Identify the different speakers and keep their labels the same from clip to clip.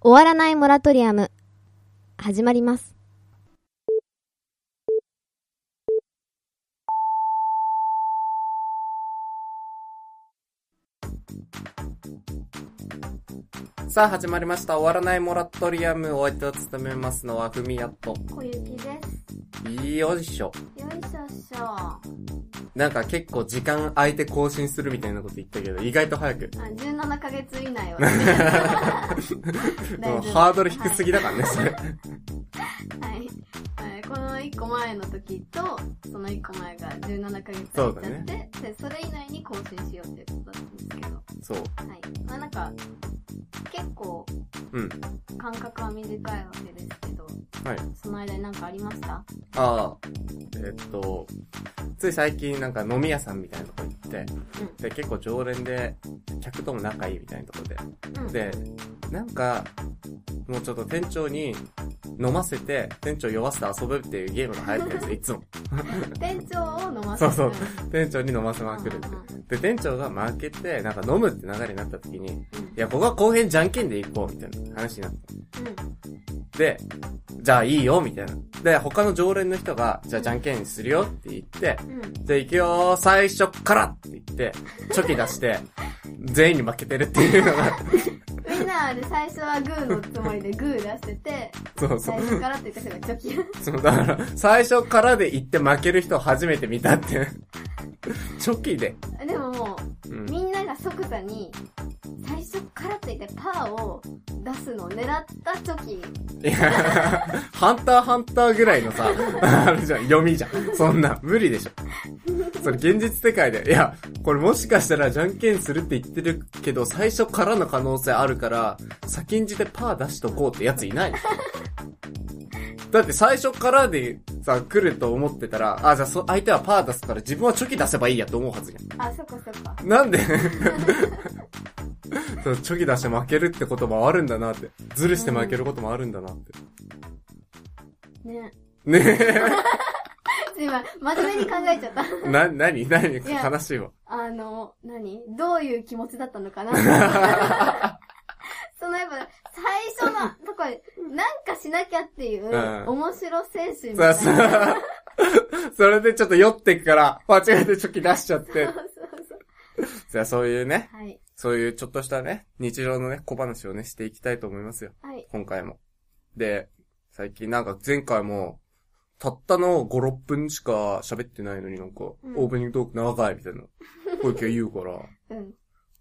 Speaker 1: 終わらないモラトリアム、始まります。
Speaker 2: さあ始まりました終わらないモラトリアムをお相手を務めますのはふみやと
Speaker 3: 小雪です。
Speaker 2: よいし
Speaker 3: よ
Speaker 2: ょ
Speaker 3: いしょっしょ。あ、
Speaker 2: なんか結構時間空いて更新するみたいなこと言ったけど意外と早く
Speaker 3: 17ヶ月以内は ね。
Speaker 2: もうハードル低す
Speaker 3: ぎ。
Speaker 2: ぎだからねそれ
Speaker 3: はい。はいえーこの1個前の時と、その1個前が17ヶ月経
Speaker 2: そう
Speaker 3: っ
Speaker 2: だ
Speaker 3: ちゃって、
Speaker 2: ね
Speaker 3: で、それ以内に更新しようっていうことだったんですけど。
Speaker 2: そう
Speaker 3: はい。まあなんか、結構、
Speaker 2: うん
Speaker 3: 間隔は短いわけですけど、
Speaker 2: はい
Speaker 3: その間になんかありました
Speaker 2: ああえっとつい最近なんか飲み屋さんみたいなとこ行って
Speaker 3: うん
Speaker 2: で結構常連で客とも仲いいみたいなとこで
Speaker 3: うん。
Speaker 2: で、なんか、もうちょっと店長に飲ませて、店長酔わせて遊ぶっていうゲームが流行って るんですよ、いつも。
Speaker 3: 店長を飲ませて。
Speaker 2: そう店長に飲ませまくるって
Speaker 3: うんうんう。
Speaker 2: で、店長が負けて、なんか飲むって流れになった時に、い
Speaker 3: うん。
Speaker 2: や、ここは後編じゃんけんで行こう、みたいな話になって。
Speaker 3: うん。
Speaker 2: で、じゃあいいよ、みたいな。で、他の常連の人が、じゃあじゃんけんするよって言って、
Speaker 3: うん。
Speaker 2: じゃあ行くよー、最初からって言って、チョキ出して、全員に負けてるっていうのが、
Speaker 3: みんなあれ最初はグーのつもりでグー出してて、
Speaker 2: そうそう
Speaker 3: 最。初からって言った人がチョキ。
Speaker 2: そう、だから、最初からで行って負ける人初めて見たって。チョキで。
Speaker 3: でもも
Speaker 2: う
Speaker 3: う、
Speaker 2: ん。
Speaker 3: みんなが即座に、最初からって言ってパーを出すのを狙ったチョキ。
Speaker 2: いや、ハンターハンターぐらいのさ、あれじゃん、読みじゃん。そんな、無理でしょ。それ現実世界で。いや、これもしかしたらじゃんけんするって言ってるけど、最初からの可能性あるから、先んじてパー出しとこうってやついない。だって最初からでさ、来ると思ってたら、あ、じゃあそ相手はパー出すから自分はチョキ出せばいいやと思うはずやん。
Speaker 3: あ、そっかそっか。
Speaker 2: なんでそうチョキ出して負けるってこともあるんだなって。ズルして負けることもあるんだなって。
Speaker 3: ね。
Speaker 2: ね
Speaker 3: 今、真面目に考えちゃった。
Speaker 2: え。な、なになに
Speaker 3: いや
Speaker 2: 悲しいわ。
Speaker 3: あの、何どういう気持ちだったのかな そのやっぱ、最初の、なんか、なんかしなきゃっていう
Speaker 2: うん、
Speaker 3: 面白精神みた
Speaker 2: そ
Speaker 3: いな。
Speaker 2: そそれでちょっと酔ってくから、間違えてチョキ出しち ゃって。じゃあそういうね、
Speaker 3: はい。
Speaker 2: そういうちょっとしたね、日常のね、小話をね、していきたいと思いますよ。
Speaker 3: はい。
Speaker 2: 今回も。で、最近なんか前回も、たったの5、6分しか喋ってないのになんか、
Speaker 3: うん
Speaker 2: オープニングトーク長いみたいな、こういう気が言うから。
Speaker 3: うん。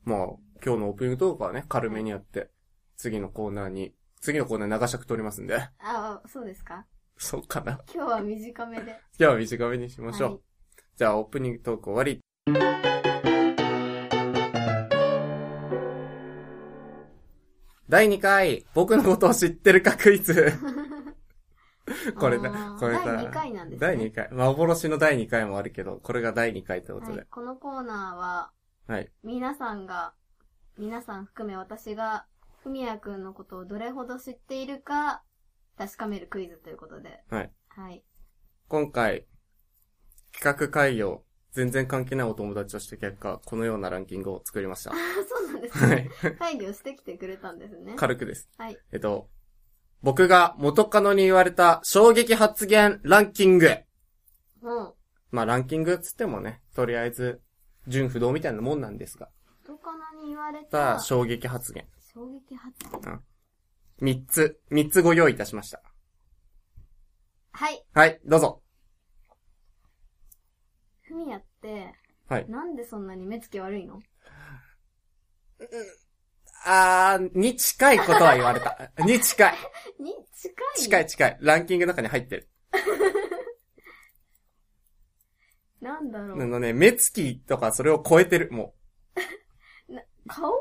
Speaker 2: まあ、今日のオープニングトークはね、軽めにやって、次のコーナーに、次のコーナー長尺取りますんで、
Speaker 3: あ、そうですか
Speaker 2: そうかな。
Speaker 3: 今日は短めで。
Speaker 2: 今日は短めにしましょう。
Speaker 3: はい
Speaker 2: じゃあ、オープニングトーク終わり。第2回、僕のことを知ってるかクイズ。これだ
Speaker 3: あー
Speaker 2: これだ
Speaker 3: 第2回なんですね。
Speaker 2: 第2回。幻の第2回もあるけど、これが第2回ってこと
Speaker 3: は
Speaker 2: で
Speaker 3: い。。このコーナーは、
Speaker 2: はい。
Speaker 3: 皆さんが、皆さん含め私が、ふみやくんのことをどれほど知っているか、確かめるクイズということで。
Speaker 2: はい。
Speaker 3: はい。
Speaker 2: 今回、企画会議を全然関係ないお友達をした結果、このようなランキングを作りました
Speaker 3: あ。ーそうなんです
Speaker 2: は
Speaker 3: ね。
Speaker 2: い。
Speaker 3: 会議をしてきてくれたんですね。
Speaker 2: 軽くです。
Speaker 3: はい。
Speaker 2: えっと、僕が元カノに言われた衝撃発言ランキング。
Speaker 3: も
Speaker 2: まあランキングっつってもね、とりあえず、純不動みたいなもんなんですが。
Speaker 3: う、どかなに言われ
Speaker 2: さあ、
Speaker 3: た、衝
Speaker 2: 衝撃発言。
Speaker 3: 撃発言。
Speaker 2: 三つ、三つご用意いたしました。
Speaker 3: はい。
Speaker 2: はい、どうぞ。
Speaker 3: ふみやって、
Speaker 2: はい。
Speaker 3: なんでそんなに目つき悪いの
Speaker 2: あー、に近いことは言われた。 に近い。
Speaker 3: に、近い
Speaker 2: 近い近い。ランキングの中に入ってる。
Speaker 3: なんだろ
Speaker 2: あ
Speaker 3: う。
Speaker 2: のね、目つきとかそれを超えてる。も
Speaker 3: 顔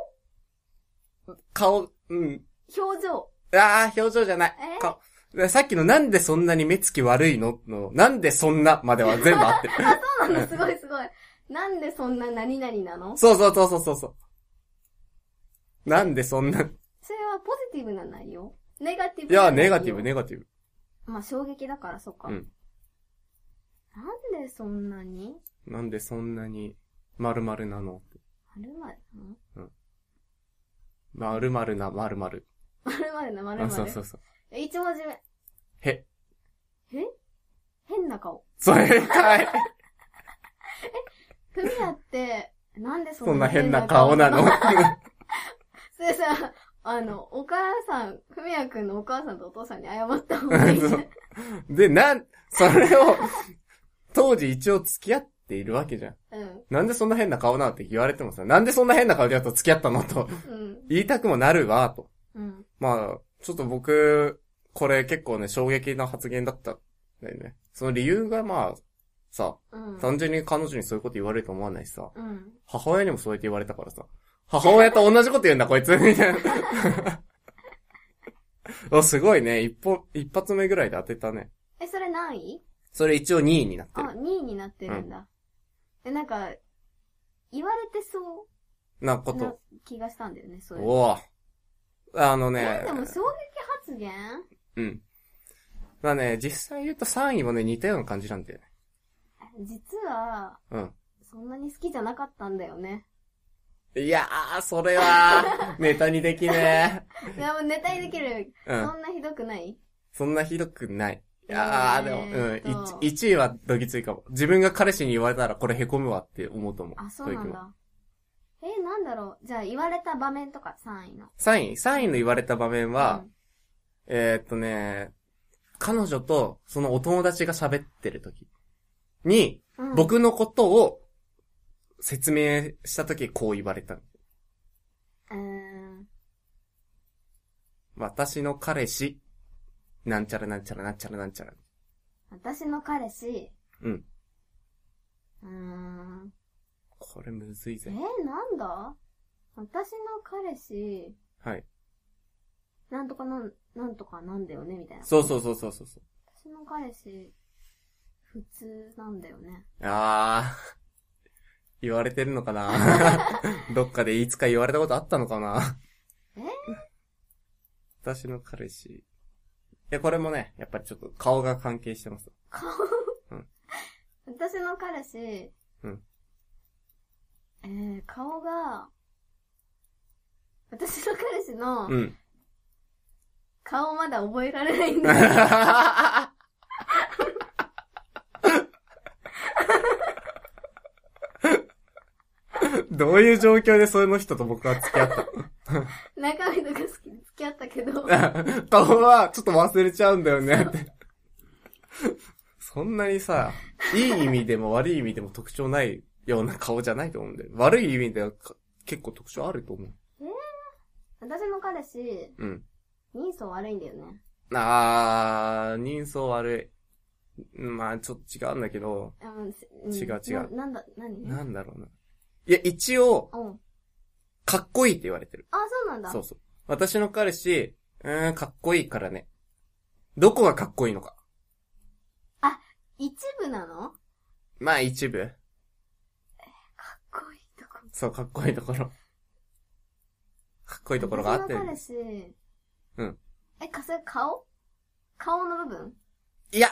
Speaker 2: う、顔、うん。
Speaker 3: 表情
Speaker 2: あー、表情じゃない
Speaker 3: え。
Speaker 2: 顔。でさっきのなんでそんなに目つき悪いのの、なんでそんなまでは全部合ってる。
Speaker 3: そうなんだ、すごいすごい。なんでそんな何々なの
Speaker 2: そうそうそうそうそうそう。なんでそんな、い
Speaker 3: それはポジティブな内容ネガティブな
Speaker 2: や、
Speaker 3: 内容
Speaker 2: ネガティブ、。ネガティブ。
Speaker 3: まあ、衝撃だから、そっか。
Speaker 2: うん
Speaker 3: なんでそんなに
Speaker 2: なんでそんなに、〇〇なの
Speaker 3: まるまるなの
Speaker 2: 〇〇な〇〇。
Speaker 3: 丸までの丸
Speaker 2: あ、
Speaker 3: ま
Speaker 2: そう
Speaker 3: で
Speaker 2: そうそう。。
Speaker 3: え一文字目。
Speaker 2: へ。
Speaker 3: え変な顔。
Speaker 2: それかい。
Speaker 3: ふみやって、なんでそ
Speaker 2: そん
Speaker 3: ん
Speaker 2: な
Speaker 3: な
Speaker 2: 変な顔なの。
Speaker 3: それさ、あの、お母さん、ふみやくんのお母さんとお父さんに謝った方がいい。
Speaker 2: そうで、なん、それを、当時一応付き合っているわけじゃん。
Speaker 3: うん。
Speaker 2: なんでそんな変な顔なのって言われてもさ、なんでそんな変な顔でやっと付き合ったのと
Speaker 3: うん。
Speaker 2: 言いたくもなるわ、と。
Speaker 3: うん。
Speaker 2: まあ、ちょっと僕、これ結構ね、衝撃な発言だったんだよね。その理由がまあ、さ、
Speaker 3: うん。
Speaker 2: 単純に彼女にそういうこと言われると思わないしさ、
Speaker 3: うん。
Speaker 2: 母親にもそうやって言われたからさ、母親と同じこと言うんだこい つ、みたいな。 お、すごいね、一歩、一発目ぐらいで当てたね。
Speaker 3: え、それ何位
Speaker 2: それ一応2位になって
Speaker 3: あ、
Speaker 2: る。
Speaker 3: 2位になってるんだ。え、なんか、言われてそ
Speaker 2: なこ
Speaker 3: うな
Speaker 2: と。
Speaker 3: 気がしたんだよね、そういう。
Speaker 2: おぉ。あのね
Speaker 3: え、。でも衝撃発言
Speaker 2: うん。まあね、実際言うと3位もね、似たような感じなんだよね。
Speaker 3: 実は、
Speaker 2: うん。
Speaker 3: そんなに好きじゃなかったんだよね。
Speaker 2: いやー、そ れは、ネタにできね
Speaker 3: いや、もうネタにできる。
Speaker 2: え。うん
Speaker 3: そ。んなひどくない
Speaker 2: そんなひどくない。いやー、でも、
Speaker 3: えーっと
Speaker 2: うん。1位はどぎついかも。自分が彼氏に言われたらこれ凹むわって思うと思う。
Speaker 3: あ、そうなんだ。え、なんだろう。じゃあ、言われた場面とか、3位の。
Speaker 2: 3位、3位の言われた場面は、
Speaker 3: うん
Speaker 2: えーっとね、彼女とそのお友達が喋ってる時に、
Speaker 3: うん、
Speaker 2: 僕のことを説明した時こう言われたの。
Speaker 3: うーん。
Speaker 2: 私の彼氏、なんちゃらなんちゃらなんちゃらなんちゃら。
Speaker 3: 私の彼氏、
Speaker 2: うん。
Speaker 3: うーん。
Speaker 2: これむずい
Speaker 3: え
Speaker 2: ぜ。
Speaker 3: なんだ私の彼氏、
Speaker 2: はい。
Speaker 3: なんとかなん、なんとかなんだよね、みたいな。
Speaker 2: そうそうそうそうそう。
Speaker 3: 私の彼氏、普通なんだよね。
Speaker 2: あー。言われてるのかなどっかでいつか言われたことあったのかな
Speaker 3: え
Speaker 2: 私の彼氏。いや、これもね、やっぱりちょっと顔が関係してます。
Speaker 3: 私の彼氏、
Speaker 2: うん
Speaker 3: えー、顔が、私の彼氏の
Speaker 2: うん。
Speaker 3: 顔まだ覚えられないん だ。
Speaker 2: いどういう状況でその人と僕は付き合った
Speaker 3: 中身とか好きで付き合ったけど、
Speaker 2: の 顔はちょっと忘れちゃうんだよね って。そんなにさ、いい意味でも悪い意味でも特徴ないような顔じゃないと思うんだよ。悪い意味ではか結構特徴あると思う。
Speaker 3: 私の彼氏、
Speaker 2: うん。
Speaker 3: 人相悪いんだよね。
Speaker 2: あー、人相悪い。まあちょっと違うんだけど、
Speaker 3: うんせうん
Speaker 2: 違う違う
Speaker 3: ななんだ、何
Speaker 2: なんだろうな。いや、一応、
Speaker 3: うん。
Speaker 2: かっこいいって言われてる。
Speaker 3: あ、そうなんだ。
Speaker 2: そうそう。私の彼氏、うーん、かっこいいからね。どこがかっこいいのか。
Speaker 3: 一部なの
Speaker 2: まあ一部。
Speaker 3: かっこいいとこ。
Speaker 2: そう、かっこいいところ。かっこいいところがあっ
Speaker 3: 私。
Speaker 2: て
Speaker 3: の彼氏。
Speaker 2: うん。
Speaker 3: え、か、それ顔顔の部分
Speaker 2: いや、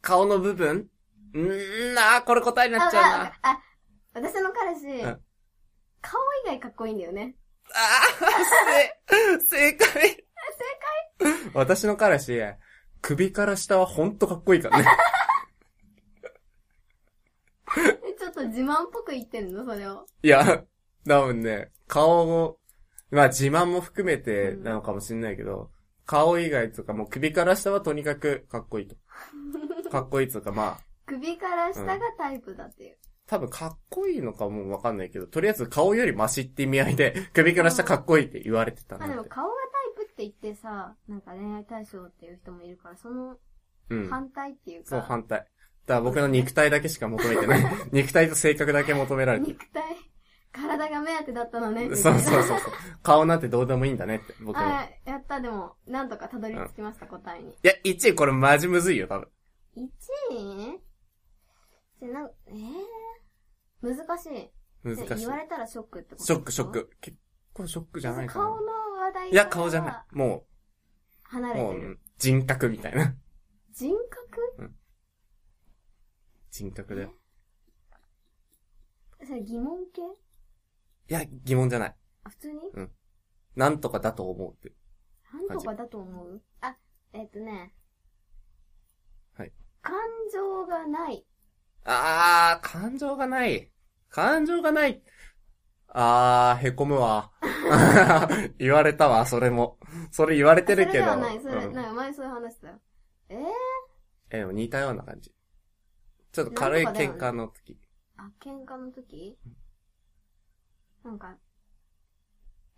Speaker 2: 顔の部分うーん、あーこれ答えになっちゃうな。
Speaker 3: あ、あ、私の彼氏、
Speaker 2: うん
Speaker 3: 顔以外かっこいいんだよね。
Speaker 2: あ ー、せ、正解。正解私の彼氏、首から下はほんとかっこいいからね。
Speaker 3: え、ちょっと自慢っぽく言ってんのそれを。
Speaker 2: いや、多分ね、顔を、まあ自慢も含めて
Speaker 3: うん
Speaker 2: なのかもしれないけど、顔以外とかもう首から下はとにかくかっこい いと。かっこいいとかまあ、
Speaker 3: 首から下がタイプだっていう。
Speaker 2: 多分かっこいいのかもわかんないけど、とりあえず顔よりマシって意味合いで、 首から下かっこいいって言われてた
Speaker 3: ま
Speaker 2: な
Speaker 3: あで
Speaker 2: っ
Speaker 3: も
Speaker 2: て。
Speaker 3: 顔がタイプって言ってさ、なんか恋愛対象っていう人もいるから、その
Speaker 2: うん。
Speaker 3: 反対っていう
Speaker 2: そう、
Speaker 3: か、
Speaker 2: 反対。だから僕の肉体だけしか求め てない。肉体と性格だけ求められてる。
Speaker 3: 肉体、体が目当てだったのね。
Speaker 2: そう
Speaker 3: みた
Speaker 2: そ
Speaker 3: いうな
Speaker 2: そうそう。顔なんてどうでもいいんだねって、僕の。い
Speaker 3: あやった、でも、なんとかたどり着きました、答えに。
Speaker 2: や、1位これマジむずいよ、多分。
Speaker 3: 1位じゃ、なん、えー、難しい。
Speaker 2: 難
Speaker 3: じゃ
Speaker 2: しい
Speaker 3: 言わ。れたらショックってこと
Speaker 2: ショック、ショッ。ク。結構ショックじゃないか
Speaker 3: 顔
Speaker 2: な
Speaker 3: の。話題
Speaker 2: いや、顔じゃない。も
Speaker 3: 離
Speaker 2: う、
Speaker 3: れ
Speaker 2: も
Speaker 3: て
Speaker 2: う
Speaker 3: る。
Speaker 2: うん、人格みたいな。
Speaker 3: 人格
Speaker 2: 人格だよ。
Speaker 3: それ疑問系
Speaker 2: いや、疑問じゃない。
Speaker 3: あ、普通に
Speaker 2: なんとかだと思うって。
Speaker 3: なんとかだと思うあ、えっ、とね。
Speaker 2: はい。
Speaker 3: 感情がない。
Speaker 2: あー、感情がない。感情がない。あー、へこむわ。 言われたわ、それも。それ言われてる
Speaker 3: そ
Speaker 2: けど。
Speaker 3: れではない、それ、
Speaker 2: うん
Speaker 3: ない、前そういう話だよ。えー、
Speaker 2: え、でも似たような感じ。ちょっと軽い喧嘩の時。
Speaker 3: あ、喧嘩の時なんか、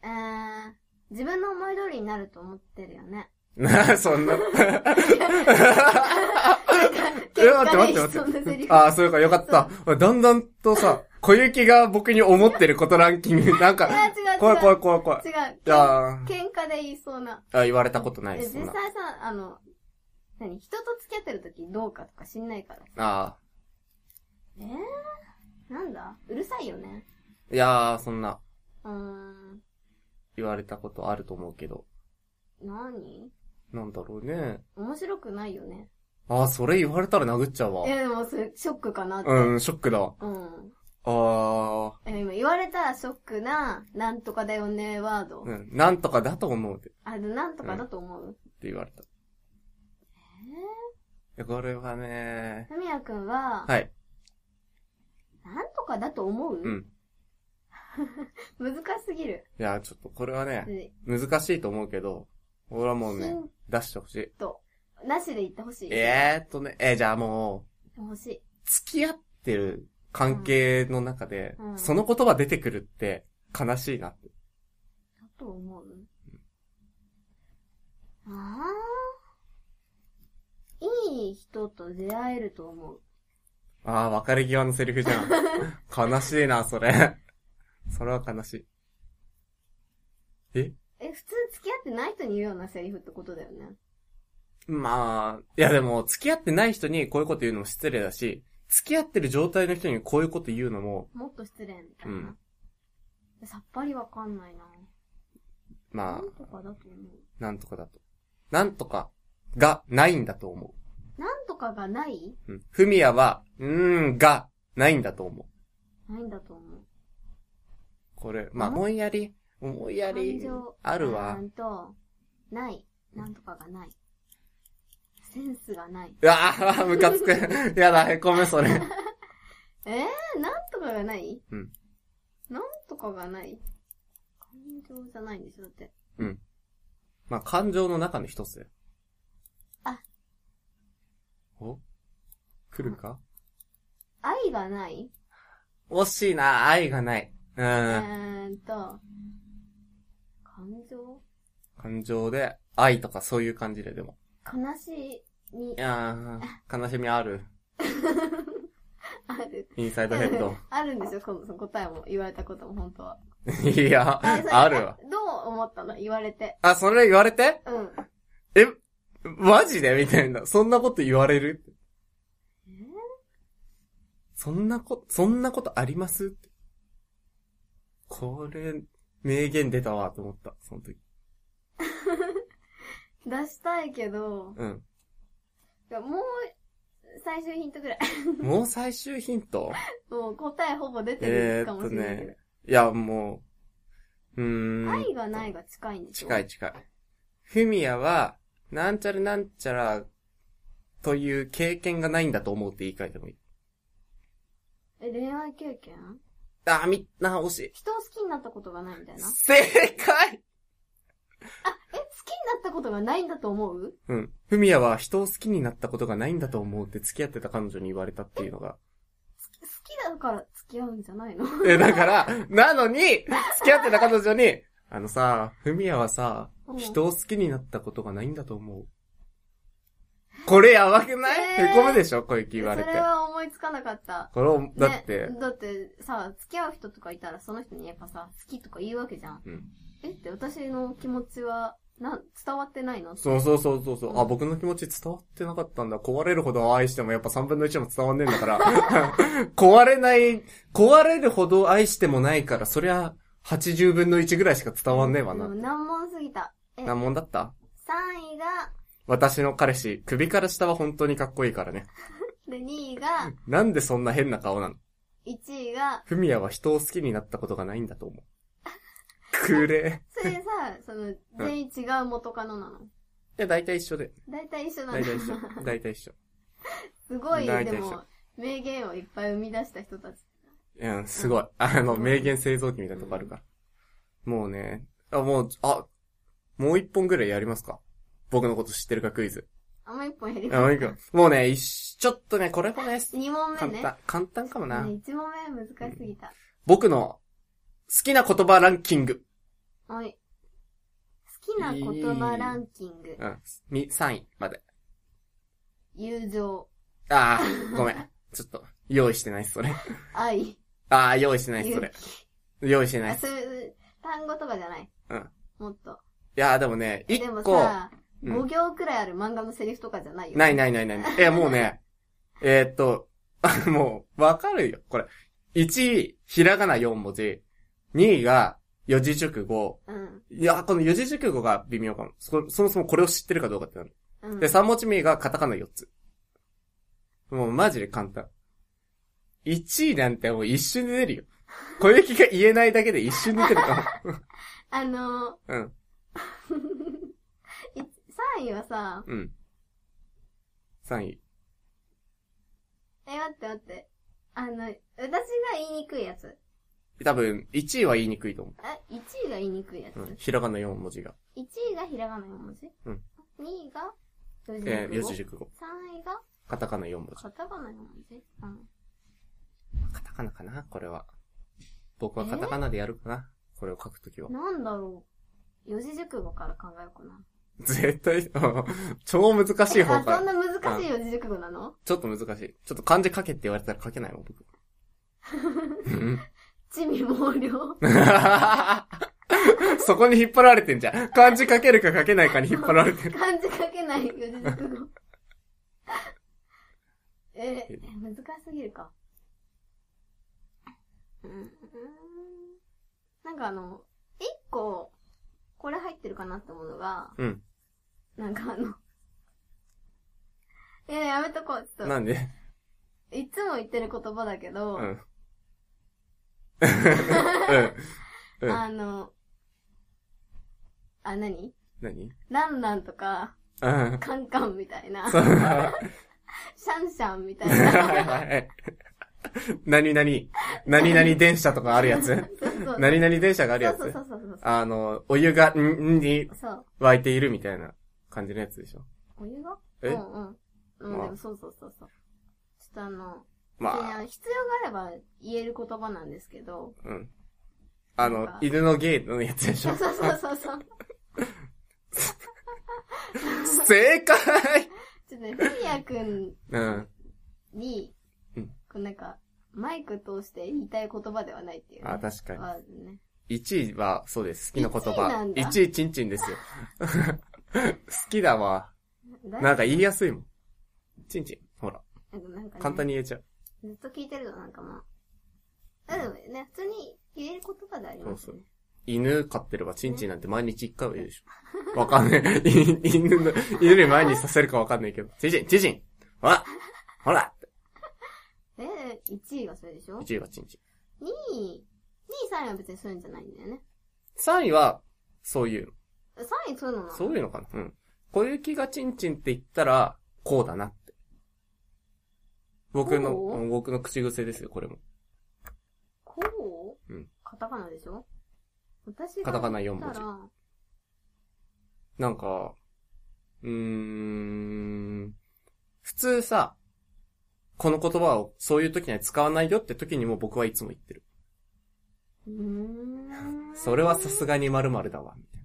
Speaker 3: えー、自分の思い通りになると思ってるよね。
Speaker 2: な、そんな。
Speaker 3: 喧嘩で
Speaker 2: え待って待って待って
Speaker 3: そんなセリフ。
Speaker 2: ああ、そういうか、よかった。だんだんとさ、小雪が僕に思ってることラン キング、なんか
Speaker 3: いや違う違、う
Speaker 2: 怖い怖い怖い怖
Speaker 3: 違
Speaker 2: い。
Speaker 3: う。
Speaker 2: いやー
Speaker 3: 喧嘩で言いそうな。
Speaker 2: あ、言われたことない
Speaker 3: え
Speaker 2: です、そん
Speaker 3: 実
Speaker 2: な。
Speaker 3: 際さ、あの、何人と付き合ってる時どうかとか知んないから。
Speaker 2: あ
Speaker 3: えー、なんだうるさいよね。
Speaker 2: あ。いやー、そんな、
Speaker 3: うーん、
Speaker 2: 言われたことあると思うけど。
Speaker 3: 何
Speaker 2: なんだろうね。
Speaker 3: 面白くないよね。
Speaker 2: ああ、それ言われたら殴っちゃうわ
Speaker 3: え。でもそれショックかなって。
Speaker 2: うん、ショックだわ。
Speaker 3: うん。
Speaker 2: ああ、
Speaker 3: え今言われたらショックな、なんとかだよね、ワード。
Speaker 2: うん、なんとかだと思うって
Speaker 3: あれ、なんとかだと思う
Speaker 2: 言われた。えこれはね、
Speaker 3: ふみやくんは、
Speaker 2: はい、
Speaker 3: なんとかだと思う、
Speaker 2: うん。
Speaker 3: 難しすぎる。
Speaker 2: いやー、ちょっとこれはね、
Speaker 3: で
Speaker 2: 難しいと思うけど、俺はもう
Speaker 3: ヒ
Speaker 2: ね
Speaker 3: ン、
Speaker 2: 出してほしい。
Speaker 3: と、なしで言ってほしい。
Speaker 2: えーっとね、えーじゃあも
Speaker 3: 欲しい。
Speaker 2: う、付き合ってる関係の中で、
Speaker 3: うん
Speaker 2: その言葉出てくるって悲しいなって。
Speaker 3: だと思う、ああ。いい人と出会えると思う。
Speaker 2: あー、別れ際のセリフじゃん。悲しいな、それ。それは悲しい。え
Speaker 3: え、普通付き合ってない人に言うようなセリフってことだよね。
Speaker 2: まあ、いやでも、付き合ってない人にこういうこと言うのも失礼だし、付き合ってる状態の人にこういうこと言うのも、
Speaker 3: もっと失礼みたいな。さっぱりわかんないな。
Speaker 2: ま
Speaker 3: な
Speaker 2: あ
Speaker 3: ん、とかだと思う。
Speaker 2: なんとかだと。なんとかがないんだと思。
Speaker 3: なんとかがないう
Speaker 2: うん。ふみやは、うーんがないんだと思う。
Speaker 3: ないんだと思う。
Speaker 2: これ、まあ、
Speaker 3: うん
Speaker 2: 思いやり、思いや
Speaker 3: 感
Speaker 2: り
Speaker 3: 情、
Speaker 2: あるわ
Speaker 3: な。んと、ない。なんとかがない。センスがない。
Speaker 2: うわあ、ムカつく。 やだ、へこむ、それ。
Speaker 3: えー、なんとかがない
Speaker 2: うん。
Speaker 3: なんとかがない感情じゃないんでしょだって。
Speaker 2: まあ、感情の中の一つだよ。
Speaker 3: あ。
Speaker 2: お来るか
Speaker 3: 愛がない
Speaker 2: 惜しいな、愛がない。う
Speaker 3: え
Speaker 2: ん。
Speaker 3: ーっと、感情
Speaker 2: 感情で、愛とかそういう感じで、でも。
Speaker 3: 悲しいに
Speaker 2: いやー、悲しみある。
Speaker 3: ある。
Speaker 2: インサイドヘッド。
Speaker 3: あるんですよ、このその答えも。言われたことも、本当は。
Speaker 2: いや、
Speaker 3: それ
Speaker 2: あるわ。
Speaker 3: どう思ったの言われて。
Speaker 2: あ、それ言われて
Speaker 3: うん。
Speaker 2: え、マジでみたいな。そんなこと言われる
Speaker 3: え
Speaker 2: そんなこと、そんなことありますってこれ、名言出たわ、と思った。その時。
Speaker 3: 出したいけど、
Speaker 2: うん。
Speaker 3: いやもう、最終ヒントぐらい。
Speaker 2: もう最終ヒント
Speaker 3: もう答えほぼ出て
Speaker 2: え
Speaker 3: るか
Speaker 2: ーっ
Speaker 3: も
Speaker 2: と
Speaker 3: しれないけど
Speaker 2: ね。。いや、もう、うーん。
Speaker 3: 愛がないが近いんでしょ
Speaker 2: 近い。近い。フミヤは、なんちゃらなんちゃら、という経験がないんだと思うって言い換えてもいい。
Speaker 3: え、恋愛経験
Speaker 2: あー、みんな惜しい。
Speaker 3: 人を好きになったことがないみたいな。え、好
Speaker 2: 正解
Speaker 3: きになったことがないんだと思う
Speaker 2: うん。フミヤは人を好きになったことがないんだと思うって付き合ってた彼女に言われたっていうのが。
Speaker 3: 好きだから付き合うんじゃないの
Speaker 2: え、だから、なのに、付き合ってた彼女に、あのさ、フミヤはさ
Speaker 3: う、ん
Speaker 2: 人を好きになったことがないんだと思う。これやばくない、
Speaker 3: えー
Speaker 2: へこむでしょ小雪言われ
Speaker 3: そ
Speaker 2: て
Speaker 3: れ。は思いつかなかった。
Speaker 2: これを、だって、
Speaker 3: ねだってさ、付き合う人とかいたらその人にやっぱさ、好きとか言うわけじゃん。
Speaker 2: うん
Speaker 3: えって私の気持ちは、なん、伝わってないの
Speaker 2: そうそうそうそうそう。あ、僕の気持ち伝わってなかったんだ。壊れるほど愛してもやっぱ3分の1も伝わんねえんだから。 壊れない、壊れるほど愛してもないから、そりゃ80分の1ぐらいしか伝わんねえわ
Speaker 3: で
Speaker 2: な
Speaker 3: も。難問すぎた。え、3
Speaker 2: 難問だった
Speaker 3: 位が、
Speaker 2: 私の彼氏、首から下は本当にかっこいいからね。
Speaker 3: で、2位が、
Speaker 2: なんでそんな変な顔なの
Speaker 3: 1位が、
Speaker 2: フミヤは人を好きになったことがないんだと思う。くれ。
Speaker 3: それさ、その、全員違う元カノなの。
Speaker 2: いや、大体一緒で。
Speaker 3: 大体一緒なの
Speaker 2: 大。体一緒。大体一緒。
Speaker 3: すごい、
Speaker 2: 大体
Speaker 3: で
Speaker 2: 一緒
Speaker 3: も、名言をいっぱい生み出した人たち。
Speaker 2: いや、すごい。あの、名言製造機みたいなとこあるから。もうね、あ、もう、あ、もう一本ぐらいやりますか僕のこと知ってるかクイズ。
Speaker 3: あんま一本減り
Speaker 2: あ、
Speaker 3: ま
Speaker 2: もう
Speaker 3: す。
Speaker 2: 一個。もうね、一ちょっとね、これもね、
Speaker 3: 二問目
Speaker 2: 簡
Speaker 3: ね。
Speaker 2: 単、簡単かもな。
Speaker 3: ね一問目難しすぎた。
Speaker 2: 僕の好きな言葉ランキング。
Speaker 3: はい。好きな言葉ランキング。
Speaker 2: うん。み3位まで。
Speaker 3: 友情、
Speaker 2: ああ、ごめん。ちょっと、用意してないっす、それ。
Speaker 3: 愛、
Speaker 2: ああ、用意してないっす、そ
Speaker 3: 勇
Speaker 2: れ。
Speaker 3: 気。
Speaker 2: 用意してない
Speaker 3: あ、
Speaker 2: っす。
Speaker 3: そういう単語とかじゃない。
Speaker 2: うん。
Speaker 3: もっと。
Speaker 2: いやー、でもね、
Speaker 3: え
Speaker 2: 一
Speaker 3: でも
Speaker 2: 個、
Speaker 3: さ、
Speaker 2: うん
Speaker 3: 5行くらいある漫画のセリフとかじゃないよ。
Speaker 2: ないないないない。え、もうね、えーっと、あもう、わかるよ、これ。1位、ひらがな4文字。2位が、四字熟語。
Speaker 3: うん。
Speaker 2: いや、この四字熟語が微妙かも。そ、そもそもこれを知ってるかどうかってなる。
Speaker 3: うん。
Speaker 2: で、3文字目がカタカナ4つ。もうマジで簡単。1位なんてもう一瞬で出るよ。小雪が言えないだけで一瞬で出るかも。
Speaker 3: あの
Speaker 2: うん、
Speaker 3: ー、3位はさ、
Speaker 2: うん。3位。
Speaker 3: え、待って待って。あの、私が言いにくいやつ。
Speaker 2: 多分、1位は言いにくいと思
Speaker 3: あ、1位が言いにくいやつ。
Speaker 2: う。うん、ひらがな4文字が。
Speaker 3: 1位がひらがな4文字。
Speaker 2: うん
Speaker 3: 2位が四字熟
Speaker 2: えー、
Speaker 3: 語、
Speaker 2: 四字熟語。
Speaker 3: 3位が
Speaker 2: カタカナ4文字。
Speaker 3: カタカナ4文字。うん。
Speaker 2: カタカナかなこれは。僕はカタカナでやるかな、これを書くときは。
Speaker 3: なんだろう。四字熟語から考えようかな。
Speaker 2: 絶対、 超難しい方か
Speaker 3: あ、そん
Speaker 2: ら。
Speaker 3: な難しい四字熟語なの
Speaker 2: ちょっと難しい。ちょっと漢字書けって言われたら書けないもん、僕。うん
Speaker 3: 地味猛量。
Speaker 2: そこに引っ張られてんじゃん。漢字書けるか書けないかに引っ張られてる。
Speaker 3: 漢字書けない四字熟 語。え、難しすぎるか。うんうんなんかあの、一個、これ入ってるかなってものが、
Speaker 2: うん。
Speaker 3: なんかあの、いや、やめとこう。ちょっ
Speaker 2: なんで
Speaker 3: と、いつも言ってる言葉だけ
Speaker 2: う
Speaker 3: ど、
Speaker 2: ん。うん。うん
Speaker 3: あの、あ、何
Speaker 2: 何
Speaker 3: ランランとか、
Speaker 2: うん。
Speaker 3: カンカンみたいな、シ
Speaker 2: そう。
Speaker 3: ャ
Speaker 2: は
Speaker 3: ンシャンみた
Speaker 2: い
Speaker 3: い
Speaker 2: は
Speaker 3: な。
Speaker 2: いはい何々、何々電車とかあるやつ
Speaker 3: そうそうそう
Speaker 2: 何々電車があるや
Speaker 3: そう
Speaker 2: つ
Speaker 3: そうそうそう
Speaker 2: あの、お湯が、ん、んに
Speaker 3: そう。そう。
Speaker 2: 沸いているみたいな感じのやつでしょ
Speaker 3: お湯が
Speaker 2: え
Speaker 3: うんうん。うん、
Speaker 2: まあ
Speaker 3: でもそうそうそうそう。ちょっとあの、い
Speaker 2: まあ、
Speaker 3: や必要があれば言える言葉なんですけど。
Speaker 2: うん。あの、犬のゲーのやつでし
Speaker 3: そ
Speaker 2: ょ
Speaker 3: うそうそうそうそう。
Speaker 2: 正解
Speaker 3: ちょっとね、フミヤくん
Speaker 2: うん。
Speaker 3: に、
Speaker 2: うん
Speaker 3: こうなんか、マイク通して言いたい言葉ではないっていう、ね。
Speaker 2: あ、確かに。
Speaker 3: あね。
Speaker 2: 1位は、そうです。好きな言
Speaker 3: 1位な
Speaker 2: 葉
Speaker 3: ん。だ
Speaker 2: 1位、チンチンですよ。好きだわ。
Speaker 3: だ
Speaker 2: なんか言いやすいもん。チンチン。ほら、
Speaker 3: なんかね
Speaker 2: 簡単に言えちゃう。
Speaker 3: ずっと聞いてるとなんかまあ。あでもね、普通に言える言葉でありますよね。
Speaker 2: 犬飼ってればチンチンなんて毎日1回は言うでしょ。わかんねえ。い犬の、犬に毎日させるかわかんないけど。チンチン、チンチンほらほら
Speaker 3: え、1位がそれでしょ
Speaker 2: !1 位はチンチン。
Speaker 3: ?2 位、2位、3位は別にそういうんじゃないんだよね。
Speaker 2: 3位は、そういうの。
Speaker 3: 3位そういうのなの
Speaker 2: そういうのかなうん。小雪がチンチンって言ったら、こうだなって。僕の、
Speaker 3: こう
Speaker 2: うん僕の口癖ですよ、これも。
Speaker 3: こう、
Speaker 2: うん
Speaker 3: カタカナでしょ私が
Speaker 2: カタカナ
Speaker 3: 言
Speaker 2: 四
Speaker 3: ったら
Speaker 2: 文字なんか、うーん、普通さ、この言葉をそういう時には使わないよって時にも僕はいつも言ってる。
Speaker 3: うーん。
Speaker 2: それはさすがに〇〇だわ、みたい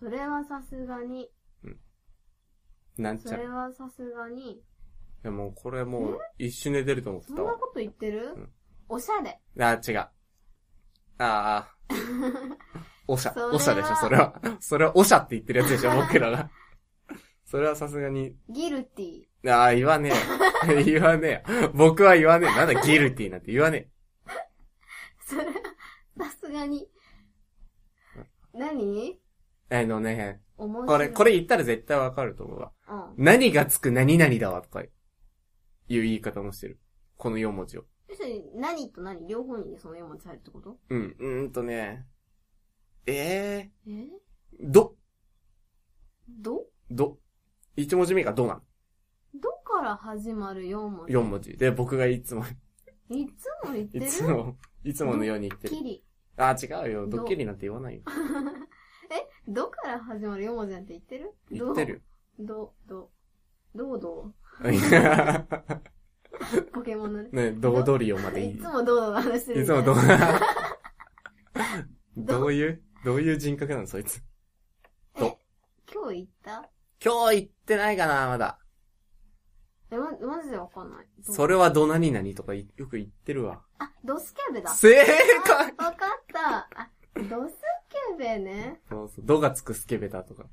Speaker 3: それはさすがに。
Speaker 2: な。なんち
Speaker 3: そ
Speaker 2: ゃら。
Speaker 3: れ
Speaker 2: い
Speaker 3: はさすがに。
Speaker 2: やもうこれもう一瞬で出ると思って
Speaker 3: そん
Speaker 2: た
Speaker 3: な
Speaker 2: わ。
Speaker 3: こと言ってる、
Speaker 2: うん
Speaker 3: おしゃれ。
Speaker 2: あー、違う。あ ー。おしゃ
Speaker 3: それ、は
Speaker 2: おしゃでしょ、それは。それはおしゃって言ってるやつで しょ、僕らが。それはさすがに、
Speaker 3: ギルティ。
Speaker 2: あー、言わねえ。 言わねえ。僕は言わねえ。なんだ、ギルティーなんて言わねえ。
Speaker 3: それはさすがに。何
Speaker 2: あのね、
Speaker 3: 面白
Speaker 2: こ
Speaker 3: い。
Speaker 2: れ、これ言ったら絶対わかると思うわ。
Speaker 3: うん。
Speaker 2: 何がつく何々だわとか、いう言い方もしてる。この4文字を。
Speaker 3: 要するに、何と何両方にその4文字入るってこと
Speaker 2: うん、うーんとね、え
Speaker 3: え
Speaker 2: ー、ど、
Speaker 3: ど
Speaker 2: ど。一文字目がどなの
Speaker 3: どから始まる4文字
Speaker 2: 四文字。で、僕がいつも、
Speaker 3: いつも言って
Speaker 2: い
Speaker 3: る
Speaker 2: つも、いつものように言ってる
Speaker 3: き。り。
Speaker 2: あ、違うよ。
Speaker 3: ど
Speaker 2: ドッキリなんて言わないよ。
Speaker 3: えどから始まる4文字なんて言ってる
Speaker 2: 言ってるよ。
Speaker 3: ど、ど、どう どうポケモンのね。
Speaker 2: ね、どうどりよまでいい。
Speaker 3: いつもどうどうの話してる
Speaker 2: い
Speaker 3: み
Speaker 2: つ
Speaker 3: た
Speaker 2: も
Speaker 3: い
Speaker 2: どう
Speaker 3: な。、
Speaker 2: どういう、どういう人格なの、そいつ。ど
Speaker 3: 今日言った
Speaker 2: 今日言ってないかな、まだ。
Speaker 3: え、ま、マジでわかんない。どう
Speaker 2: それはどなになにとかいよく言ってるわ。
Speaker 3: あ、ドスケベだ。
Speaker 2: 正解
Speaker 3: あわかった。あ、ドスケベね。
Speaker 2: そうそう、どがつくスケベだとか。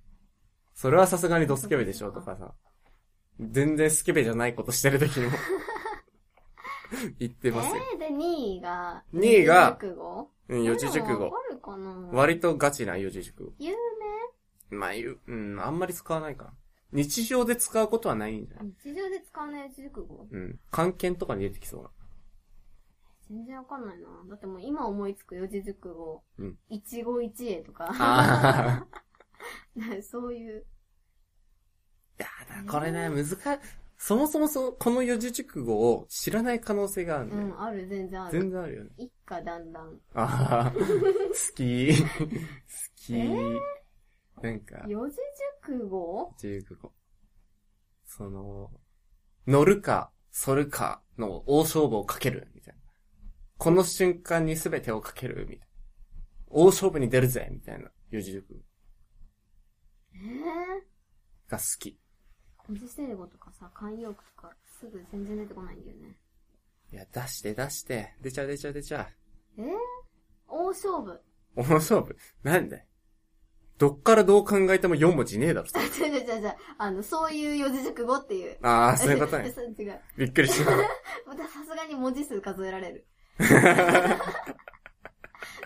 Speaker 2: それはさすがにドスケベでしょとかさ。全然スケベじゃないことしてる時にも。言って
Speaker 3: え
Speaker 2: ますよ。
Speaker 3: ー、で、2位が、
Speaker 2: 二位
Speaker 3: 四
Speaker 2: が
Speaker 3: 字熟語
Speaker 2: うん、四字熟
Speaker 3: わ
Speaker 2: 語。
Speaker 3: かるかな
Speaker 2: 割とガチな四字熟語。
Speaker 3: 有
Speaker 2: まあ言う、うん、あんまり使わないかな。日常で使うことはないんじゃない
Speaker 3: 名日常で使わない四字熟語
Speaker 2: うん。関係とかに出てきそうな。
Speaker 3: 全然わかんないな。だってもう今思いつく四字熟語、
Speaker 2: うん
Speaker 3: 一期一会とか、
Speaker 2: ああ。
Speaker 3: そういう。
Speaker 2: い やだ、これね、難し、そもそもそ、この四字熟語を知らない可能性がある
Speaker 3: う
Speaker 2: ね。
Speaker 3: ん、ある、全然ある。
Speaker 2: 全然あるよね。
Speaker 3: 一家だんだん。
Speaker 2: ああ、好き。好き。
Speaker 3: え
Speaker 2: なんか、
Speaker 3: 四字熟語
Speaker 2: 熟語。その、乗るか、反るかの大勝負をかける、みたいな。この瞬間に全てをかける、みたいな。大勝負に出るぜ、みたいな。四字熟語
Speaker 3: えー、
Speaker 2: が好き。
Speaker 3: 文字整語とかさ、慣用句とか、すぐ全然出てこないんだよね。
Speaker 2: いや、出して出して。出ちゃう出ちゃう出ちゃ
Speaker 3: えー、大勝負。
Speaker 2: う。大勝負。なんだよ。どっからどう考えても4文字ねえだろ。それ
Speaker 3: 違う違う違う違う。あの、そういう四字熟語っていう。。
Speaker 2: ああ、そういうこと ね
Speaker 3: そう違う。
Speaker 2: びっくりした。
Speaker 3: またさすがに文字数数えられ る。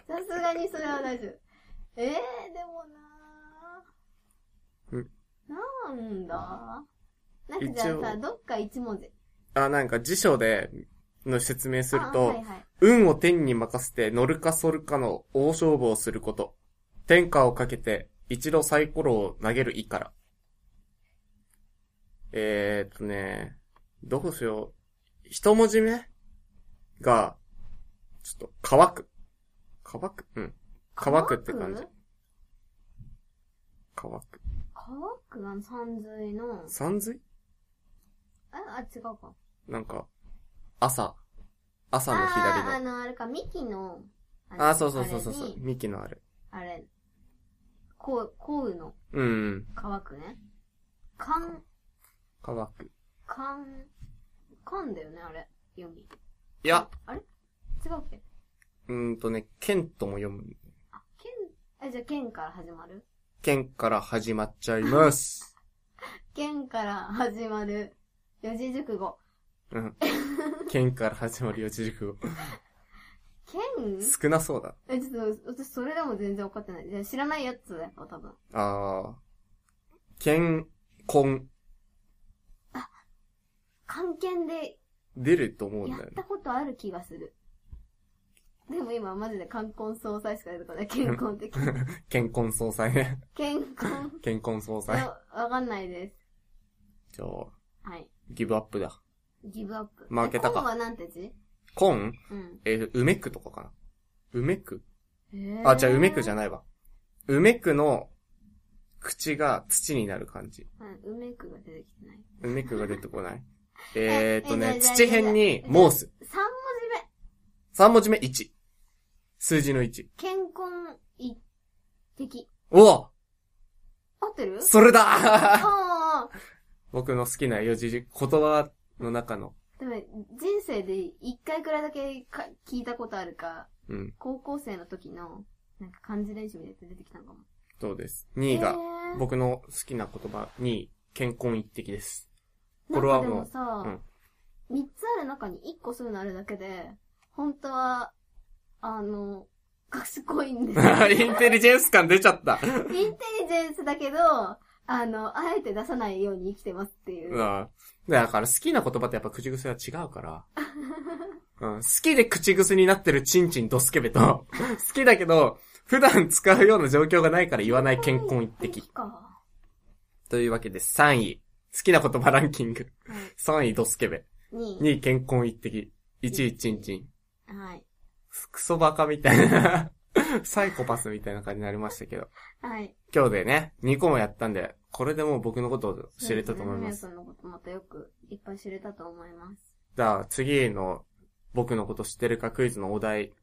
Speaker 3: さすがにそれは大丈夫。ええー、でも
Speaker 2: う
Speaker 3: なぁ。な
Speaker 2: ん
Speaker 3: んだなんかじゃあ
Speaker 2: 一
Speaker 3: さ、
Speaker 2: 応
Speaker 3: どっか一文字。
Speaker 2: あ、なんか辞書で、の説明する
Speaker 3: あ
Speaker 2: と、
Speaker 3: はいはい。
Speaker 2: 運を天に任せて乗るか反るかの大勝負をすること。天下をかけて一度サイコロを投げる意から。えーっとね、どうしよう。一文字目が、ちょっと乾く。乾くうん。乾くって感じ。乾く。
Speaker 3: 乾くが三髄の、
Speaker 2: 三髄
Speaker 3: あ、あ、違うか。
Speaker 2: なんか、朝。朝の
Speaker 3: あ
Speaker 2: 左
Speaker 3: ーあ
Speaker 2: の。
Speaker 3: の、あれか、幹の、
Speaker 2: ああ、そうそうそうそう
Speaker 3: あ
Speaker 2: そ
Speaker 3: れ
Speaker 2: う。
Speaker 3: に
Speaker 2: 幹のある。
Speaker 3: あれ、こう、こうの、
Speaker 2: うん。
Speaker 3: 乾くね。かん、
Speaker 2: 乾く。
Speaker 3: かん、かんだよね、あれ。読み。
Speaker 2: いや、
Speaker 3: あれ違うっけ
Speaker 2: うーんとね、剣とも読む。
Speaker 3: あ、剣、え、じゃあ剣から始まる
Speaker 2: 剣から始まっちゃ います。
Speaker 3: 剣から始まる四字熟語。
Speaker 2: うん。剣から始まる四字熟語。
Speaker 3: 剣
Speaker 2: 少なそうだ。
Speaker 3: え、ちょっと、私それでも全然分かってない。じゃあ知らないやつだよ、多分。
Speaker 2: あー。剣、婚、
Speaker 3: 関剣で
Speaker 2: 出ると思うん
Speaker 3: や
Speaker 2: だよ
Speaker 3: った
Speaker 2: ね。
Speaker 3: ことある気がする。でも今マジで冠婚葬祭しか出てこない。健康的。
Speaker 2: 剣婚総裁ね。
Speaker 3: 健康。
Speaker 2: 剣婚総
Speaker 3: い
Speaker 2: 裁。
Speaker 3: や、わかんないです。
Speaker 2: じゃあ、
Speaker 3: はい。
Speaker 2: ギブアップだ。
Speaker 3: ギブアップ。
Speaker 2: 負けたか
Speaker 3: え今はなんて字
Speaker 2: 婚
Speaker 3: うん。
Speaker 2: えー、梅区とかかな。梅区
Speaker 3: へー
Speaker 2: あ、じゃあ梅区じゃないわ。梅区の口が土になる感じ。
Speaker 3: うん、梅区が出てきてない。
Speaker 2: 梅区が出てこないえーっ と
Speaker 3: え
Speaker 2: ね、
Speaker 3: じゃあ
Speaker 2: 土辺にモース。
Speaker 3: 三文字目。
Speaker 2: 3文字目1。数字の1。
Speaker 3: 健康一滴。
Speaker 2: おお
Speaker 3: 合ってる
Speaker 2: それだ
Speaker 3: ああ。
Speaker 2: 僕の好きな四字熟言葉の中の、
Speaker 3: でも、人生で一回くらいだけか聞いたことあるか、
Speaker 2: うん、
Speaker 3: 高校生の時の、なんか漢字練習みたいなやつ出てきたのかも。
Speaker 2: そうです。2位が、
Speaker 3: えー
Speaker 2: 僕の好きな言葉、2位、健康一滴です。 これはもう
Speaker 3: なんかでもさ、三、つある中に一個そういうのあるだけで、本当は、あの、賢いん ですよ。
Speaker 2: インテリジェンス感出ちゃった。
Speaker 3: インテリジェンスだけど、あの、あえて出さないように生きてますっていう。
Speaker 2: うわだから好きな言葉ってやっぱ口癖は違うから。 うん、好きで口癖になってるチンチンドスケベと、好きだけど、普段使うような状況がないから言わない健康一滴。
Speaker 3: か。は
Speaker 2: というわけで3位。好きな言葉ランキング。3位ドスケベ。
Speaker 3: い。2
Speaker 2: 2位健康一滴。1位チンチン。
Speaker 3: 位。はい。
Speaker 2: クソバカみたいな。 サイコパスみたいな感じになりましたけど。
Speaker 3: はい。
Speaker 2: 今日でね、2個もやったんで、これでもう僕のことを知れたと思います。
Speaker 3: そうですね。皆さんのことまたよくいっぱい知れたと思います。
Speaker 2: じゃあ次の僕のこと知ってるかクイズのお題、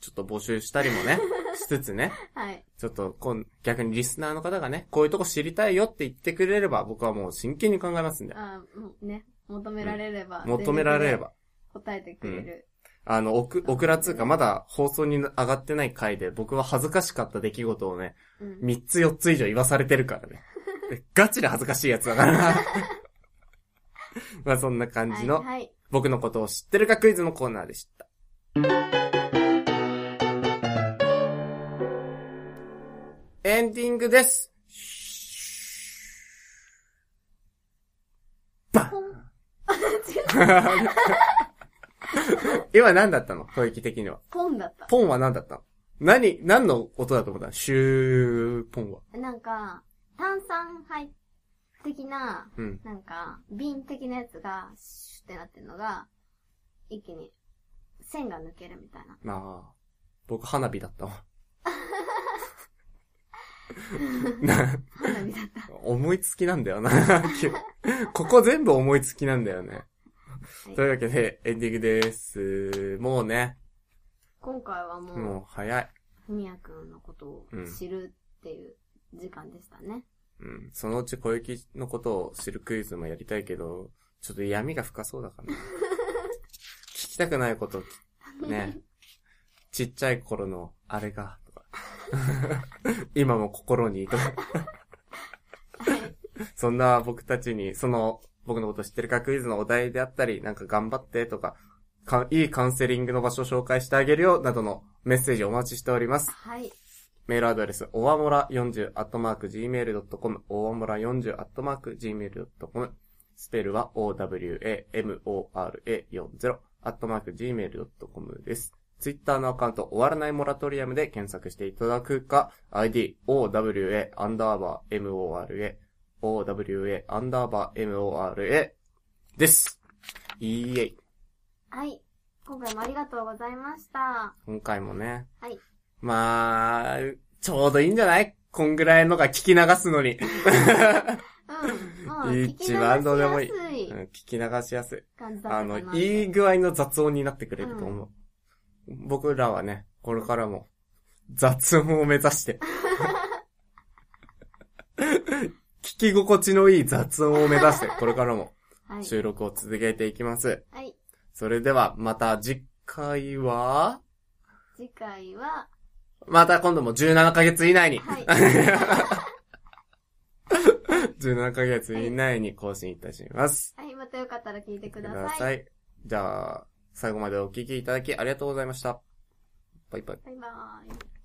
Speaker 2: ちょっと募集したりも ね、しつつね、
Speaker 3: はい。
Speaker 2: ちょっとこん逆にリスナーの方がね、こういうとこ知りたいよって言ってくれれば僕はもう真剣に考えますんで。
Speaker 3: あもうね、求められれば。
Speaker 2: 求められれば。。
Speaker 3: 答えてくれる。
Speaker 2: あの、オク、オクラつうかまだ放送に上がってない回で僕は恥ずかしかった出来事をね、
Speaker 3: うん。
Speaker 2: 3つ4つ以上言わされてるか らね。でガチで恥ずかしいやつだから。まあそんな感じの
Speaker 3: はい、 はい。
Speaker 2: 僕のことを知ってるかクイズのコーナーでした。エンディングです。バン今何だったの攻撃的には。
Speaker 3: ポンだった。
Speaker 2: ポンは何だったの何、何の音だと思ったのシュー、ポンは。
Speaker 3: なんか、炭酸配的な、
Speaker 2: うん。
Speaker 3: なんか、瓶的なやつが、シュってなってるのが、一気に、線が抜けるみたいな。
Speaker 2: まあ、僕花火だっ たわ。な
Speaker 3: 花火だ った。
Speaker 2: 思いつきなんだよな。 ここ全部思いつきなんだよね。
Speaker 3: はい
Speaker 2: というわけで、エンディングです。もうね、
Speaker 3: 今回はもう、
Speaker 2: もう早い。
Speaker 3: ふみやくんのことを知るっていう時間でしたね。
Speaker 2: うん、そのうち小雪のことを知るクイズもやりたいけど、ちょっと闇が深そうだからな。聞きたくないこと、ね。ちっちゃい頃のあれが、とか。今も心に、とか。
Speaker 3: はい。
Speaker 2: そんな僕たちに、その、僕のこと知ってるかクイズのお題であったり、なんか頑張ってとか、かいいカウンセリングの場所を紹介してあげるよ、などのメッセージをお待ちしております。
Speaker 3: はい。
Speaker 2: メールアドレス、おわもら40、アットマーク、gmail.com、おわもら40、アットマーク、gmail.com。スペルは、owamora40、アットマーク、gmail.com です。ツイッターのアカウント、終わらないモラトリアムで検索していただくか、ID、owa、アンダーバー、mora、owa、アンダーバー、mora です。いいえい。
Speaker 3: はい。今回もありがとうございました。
Speaker 2: 今回もね。
Speaker 3: はい。
Speaker 2: まあ、ちょうどいいんじゃないこんぐらいのが聞き流すのに。
Speaker 3: うん。もう、聞き
Speaker 2: 一
Speaker 3: 流し
Speaker 2: 番どうでもいい
Speaker 3: やすい
Speaker 2: うん聞き流しやすい。
Speaker 3: 感じだった
Speaker 2: あ
Speaker 3: かな。
Speaker 2: の、いい具合の雑音になってくれると思う。僕らはね、これからも雑音を目指 して。聞き心地のいい雑音を目 指して、これからも
Speaker 3: はい。
Speaker 2: 収録を続けていきます。
Speaker 3: はい。
Speaker 2: それでは、また次回は、
Speaker 3: 次回は、
Speaker 2: また今度も17ヶ月以内に、
Speaker 3: はい。
Speaker 2: 17ヶ月以内に更新いたします。
Speaker 3: はい、またよかったら聞いてく
Speaker 2: く
Speaker 3: だ
Speaker 2: だ
Speaker 3: さ
Speaker 2: さ
Speaker 3: い。
Speaker 2: い。じゃあ、最後までお聞きいただきありがとうございました。バイバイ。
Speaker 3: バイバーイ。